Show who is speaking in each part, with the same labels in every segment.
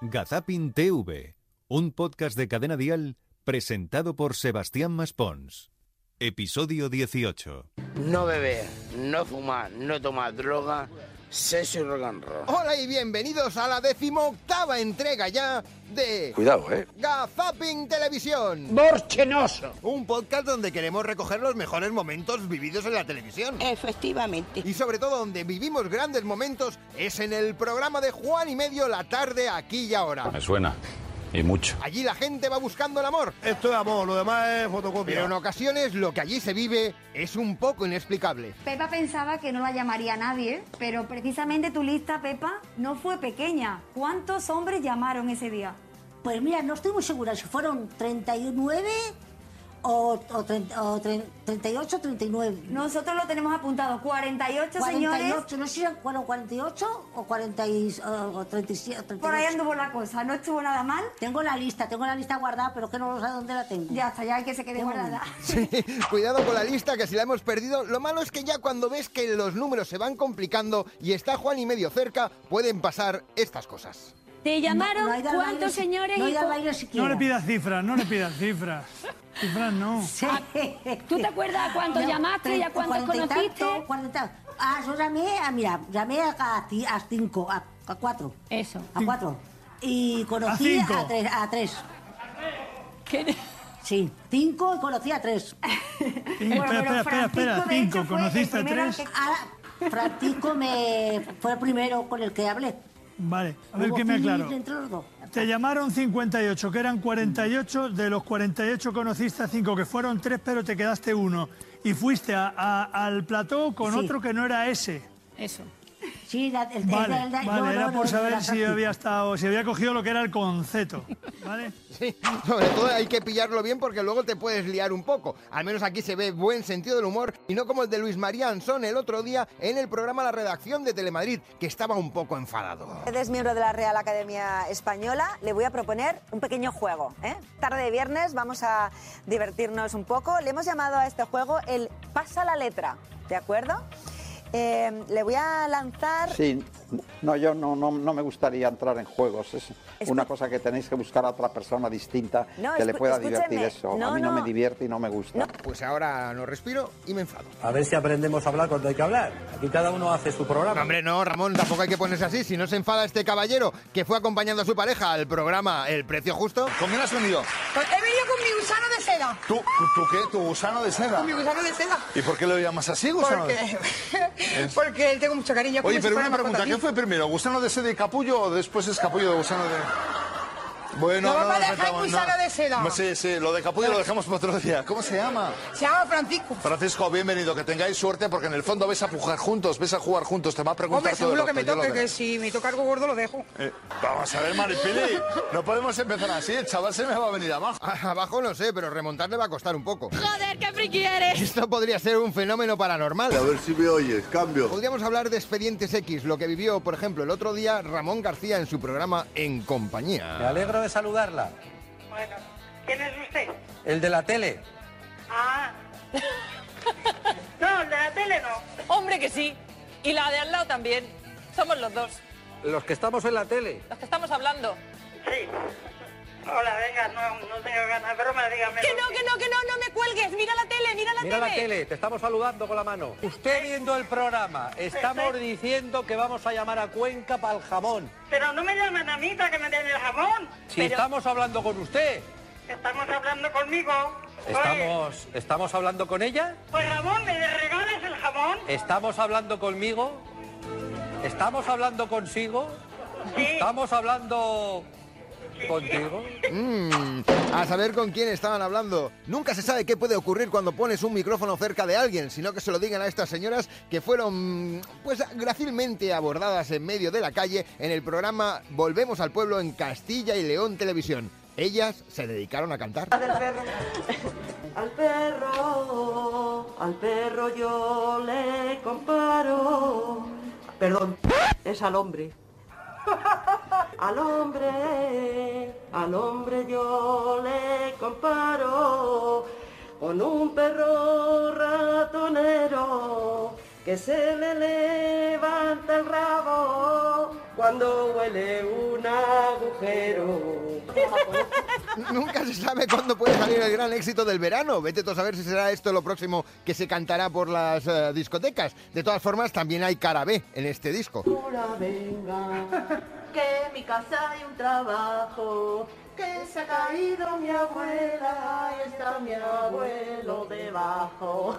Speaker 1: Gazapin TV, un podcast de cadena dial presentado por Sebastián Maspons. Episodio 18.
Speaker 2: No beber, no fumar, no tomar droga, sexo y rock and roll.
Speaker 3: Hola y bienvenidos a la decimoctava entrega ya de...
Speaker 4: Cuidado, ¿eh?
Speaker 3: Gazaping Televisión.
Speaker 2: ¡Borchenoso!
Speaker 3: Un podcast donde queremos recoger los mejores momentos vividos en la televisión.
Speaker 5: Eh. Efectivamente.
Speaker 3: Y sobre todo donde vivimos grandes momentos es en el programa de Juan y Medio la tarde aquí y ahora.
Speaker 4: Me suena. Y mucho.
Speaker 3: Allí la gente va buscando el amor.
Speaker 6: Esto es amor, lo demás es fotocopia.
Speaker 3: Pero en ocasiones lo que allí se vive es un poco inexplicable.
Speaker 7: Pepa pensaba que no la llamaría nadie, pero precisamente tu lista, Pepa, no fue pequeña. ¿Cuántos hombres llamaron ese día?
Speaker 8: Pues mira, no estoy muy segura si fueron 39 o, o, 30 o tre- 38 o 39.
Speaker 7: Nosotros lo tenemos apuntado, 48, señores.
Speaker 8: 48, no sé si eran bueno, 48 o, 40 y- o o 37. o 38.
Speaker 7: Por ahí anduvo la cosa, no estuvo nada mal.
Speaker 8: Tengo la lista, tengo la lista guardada, pero que no sé dónde la tengo.
Speaker 7: Ya está, ya hay que se quede
Speaker 8: De
Speaker 7: guardada.
Speaker 3: Sí, cuidado con la lista que si la hemos perdido, lo malo es que ya cuando ves que los números se van complicando y está Juan y Medio cerca, pueden pasar estas cosas.
Speaker 9: ¿Te llamaron cuántos señores
Speaker 8: No
Speaker 9: y
Speaker 8: he dado
Speaker 9: cu-
Speaker 8: baile
Speaker 6: No
Speaker 8: siquiera.
Speaker 6: le pidas cifras, no le pidas cifras. Cifras no.
Speaker 8: Sí.
Speaker 9: ¿Tú te acuerdas a cuántos
Speaker 8: No,
Speaker 9: llamaste y a
Speaker 8: treinta,
Speaker 9: cuántos
Speaker 8: cuarenta y
Speaker 9: conociste?
Speaker 8: tanto, cuarenta y tanto. Ah, yo llamé a, mira, llamé a, a ti- a cinco, a, a cuatro.
Speaker 9: Eso.
Speaker 8: A cuatro. Y conocí
Speaker 6: cinco.
Speaker 8: a, tres, a tres.
Speaker 9: ¿Qué-
Speaker 8: Sí, cinco y conocí a tres.
Speaker 6: Espera, espera, espera, espera.
Speaker 7: Francisco, de
Speaker 6: Cinco,
Speaker 7: hecho, fue
Speaker 6: ¿conociste
Speaker 7: el
Speaker 6: a
Speaker 7: primero
Speaker 6: tres?
Speaker 7: que-
Speaker 8: Ahora, Ah, Francisco me fue el primero con el que hablé.
Speaker 6: Vale, a ver
Speaker 8: Hubo
Speaker 6: que me
Speaker 8: feeling
Speaker 6: aclaro.
Speaker 8: entre los dos.
Speaker 6: Te llamaron 58, que eran 48. De los 48 conociste a 5, que fueron 3, pero te quedaste uno. Y fuiste a- a- al plató con
Speaker 8: Sí.
Speaker 6: otro que no era ese.
Speaker 9: Eso.
Speaker 8: Sí, la- el, el-
Speaker 6: Vale,
Speaker 8: el- el-
Speaker 6: vale,
Speaker 8: no,
Speaker 6: era
Speaker 8: no, no,
Speaker 6: por
Speaker 8: no,
Speaker 6: saber
Speaker 8: era
Speaker 6: si
Speaker 8: Francisco.
Speaker 6: había estado, si había cogido lo que era el concepto. ¿Vale?
Speaker 3: Sí, sobre todo hay que pillarlo bien porque luego te puedes liar un poco. Al menos aquí se ve buen sentido del humor y no como el de Luis María Ansón el otro día en el programa La Redacción de Telemadrid, que estaba un poco enfadado.
Speaker 10: Usted es miembro de la Real Academia Española. Le voy a proponer un pequeño juego. ¿eh? Tarde de viernes, vamos a divertirnos un poco. Le hemos llamado a este juego el pasa la letra, ¿de acuerdo? Eh, le voy a lanzar.
Speaker 11: Sí, no, yo no, no, no me gustaría entrar en juegos. Es
Speaker 10: Escu-
Speaker 11: una cosa que tenéis que buscar a otra persona distinta
Speaker 10: No,
Speaker 11: que le
Speaker 10: escu-
Speaker 11: pueda
Speaker 10: escúcheme.
Speaker 11: divertir eso.
Speaker 10: No,
Speaker 11: a mí no,
Speaker 10: no.
Speaker 11: me divierte y no me gusta.
Speaker 3: Pues ahora no respiro y me enfado.
Speaker 4: A ver si aprendemos a hablar cuando hay que hablar. Aquí cada uno hace su
Speaker 3: No,
Speaker 5: Ah,
Speaker 4: programa.
Speaker 3: hombre, no, Ramón, tampoco hay que ponerse así. Si no se enfada este caballero que fue acompañando a su pareja al programa El Precio Justo.
Speaker 12: ¿Con quién has venido?
Speaker 5: He venido con mi gusano de seda.
Speaker 12: ¿Tú, tú, tú qué? ¿Tu gusano de seda?
Speaker 5: Con mi gusano de seda.
Speaker 12: ¿Y por qué lo llamas así, gusano de seda?
Speaker 5: Porque, porque él tengo mucho cariño.
Speaker 12: Oye,
Speaker 5: como si
Speaker 12: pero
Speaker 5: fuera
Speaker 12: una pregunta,
Speaker 5: mascota.
Speaker 12: ¿qué fue primero? ¿Gusano de seda y capullo o después es capullo de gusano de...? Bueno,
Speaker 5: No,
Speaker 12: no,
Speaker 5: vamos a
Speaker 12: nos
Speaker 5: dejar
Speaker 12: metamos,
Speaker 5: gusano de seda.
Speaker 12: No, Sí, sí, lo de capullo lo dejamos para otro día. ¿Cómo se llama?
Speaker 5: Se llama Francisco.
Speaker 12: Francisco, bienvenido, que tengáis suerte porque en el fondo vais a pujar juntos, vais a jugar juntos, te va a preguntar
Speaker 5: Hombre,
Speaker 12: todo el
Speaker 5: seguro que me
Speaker 12: otro, yo lo
Speaker 5: toque,
Speaker 12: veo.
Speaker 5: que Eh, si me toca algo gordo lo dejo.
Speaker 12: Eh, vamos a ver, Maripili, no podemos empezar así, el chaval se me va a venir abajo.
Speaker 3: Abajo no sé, pero remontar le va a costar un poco.
Speaker 9: Joder, qué friki eres.
Speaker 3: Esto podría ser un fenómeno paranormal.
Speaker 12: ver si me oyes, cambio.
Speaker 3: Podríamos hablar de expedientes X, lo que vivió, por ejemplo, el otro día Ramón García en su programa En
Speaker 4: Me
Speaker 3: Compañía.
Speaker 4: alegro de saludarla.
Speaker 5: Bueno, ¿quién es usted?
Speaker 4: El de la tele.
Speaker 5: Ah. No, de la tele no.
Speaker 10: Hombre, que sí. Y la de al lado también. Somos los dos,
Speaker 4: Los que estamos en la tele.
Speaker 10: los que estamos hablando.
Speaker 5: Sí. Hola, venga, no, no tengo ganas, broma, dígame.
Speaker 10: Que no, que no, que no, no me cuelgues. Mira la tele, mira la
Speaker 4: Mira
Speaker 10: tele.
Speaker 4: la tele, Eh, te estamos saludando con la mano. Usted viendo el programa, estamos diciendo que vamos a llamar a Cuenca para el jamón.
Speaker 5: Pero no me llaman a mí para que me den el jamón.
Speaker 4: Si estamos hablando con usted,
Speaker 5: Estamos hablando conmigo.
Speaker 4: estamos, estamos hablando con ella,
Speaker 5: pues Ramón, ¿me regales el jamón?
Speaker 4: estamos hablando conmigo, estamos hablando consigo, estamos hablando contigo.
Speaker 3: Mm, a saber con quién estaban hablando. Nunca se sabe qué puede ocurrir cuando pones un micrófono cerca de alguien, sino que se lo digan a estas señoras que fueron, pues, grácilmente abordadas en medio de la calle en el programa Volvemos al Pueblo en Castilla y León Televisión. Ellas se dedicaron a cantar.
Speaker 5: Al perro, al perro yo le comparo. Perdón, es al hombre. Al hombre, al hombre yo le comparo con un perro ratonero que se le levanta el rabo cuando huele un agujero.
Speaker 3: Nunca se sabe cuándo puede salir el gran éxito del verano. Vete tú a saber si será esto lo próximo que se cantará por las eh, discotecas. De todas formas, también hay cara B en este disco.
Speaker 5: Ahora venga, que en mi casa hay un trabajo, que se ha caído mi abuela y está mi abuelo debajo.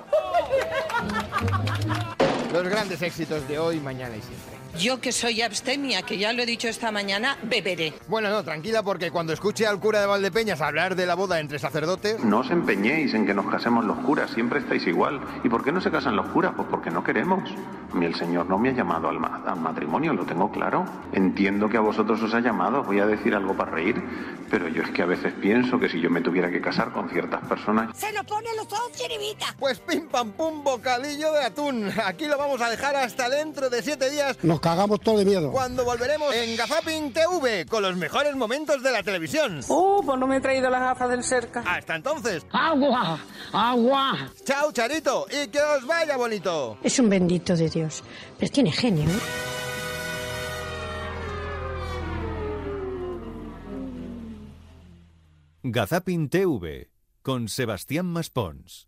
Speaker 3: Los grandes éxitos de hoy, mañana y siempre.
Speaker 9: Yo que soy abstemia, que ya lo he dicho esta mañana, beberé.
Speaker 3: Bueno, no, tranquila, porque cuando escuche al cura de Valdepeñas hablar de la boda entre sacerdotes...
Speaker 8: No os empeñéis en que nos casemos los curas, siempre estáis igual. ¿Y por qué no se casan los curas? Pues porque no queremos. A mí el Señor no me ha llamado al, ma- al matrimonio, lo tengo claro. Entiendo que a vosotros os ha llamado, os voy a decir algo para reír, pero yo es que a veces pienso que si yo me tuviera que casar con ciertas personas...
Speaker 3: ¡Se nos ponen los ojos chiribita! Pues pim pam pum, bocadillo de atún. Aquí lo vamos a dejar hasta dentro de siete días.
Speaker 13: Nos cagamos todo de miedo.
Speaker 3: Cuando volveremos en Gazapin TV con los mejores momentos de la televisión.
Speaker 5: Uh, pues no me he traído las gafas del cerca.
Speaker 3: Hasta entonces.
Speaker 5: ¡Agua! ¡Agua!
Speaker 3: Chao, Charito, y que os vaya bonito.
Speaker 14: Es un bendito de Dios, pero tiene genio. ¿eh?
Speaker 1: Gazapin TV con Sebastián Maspons.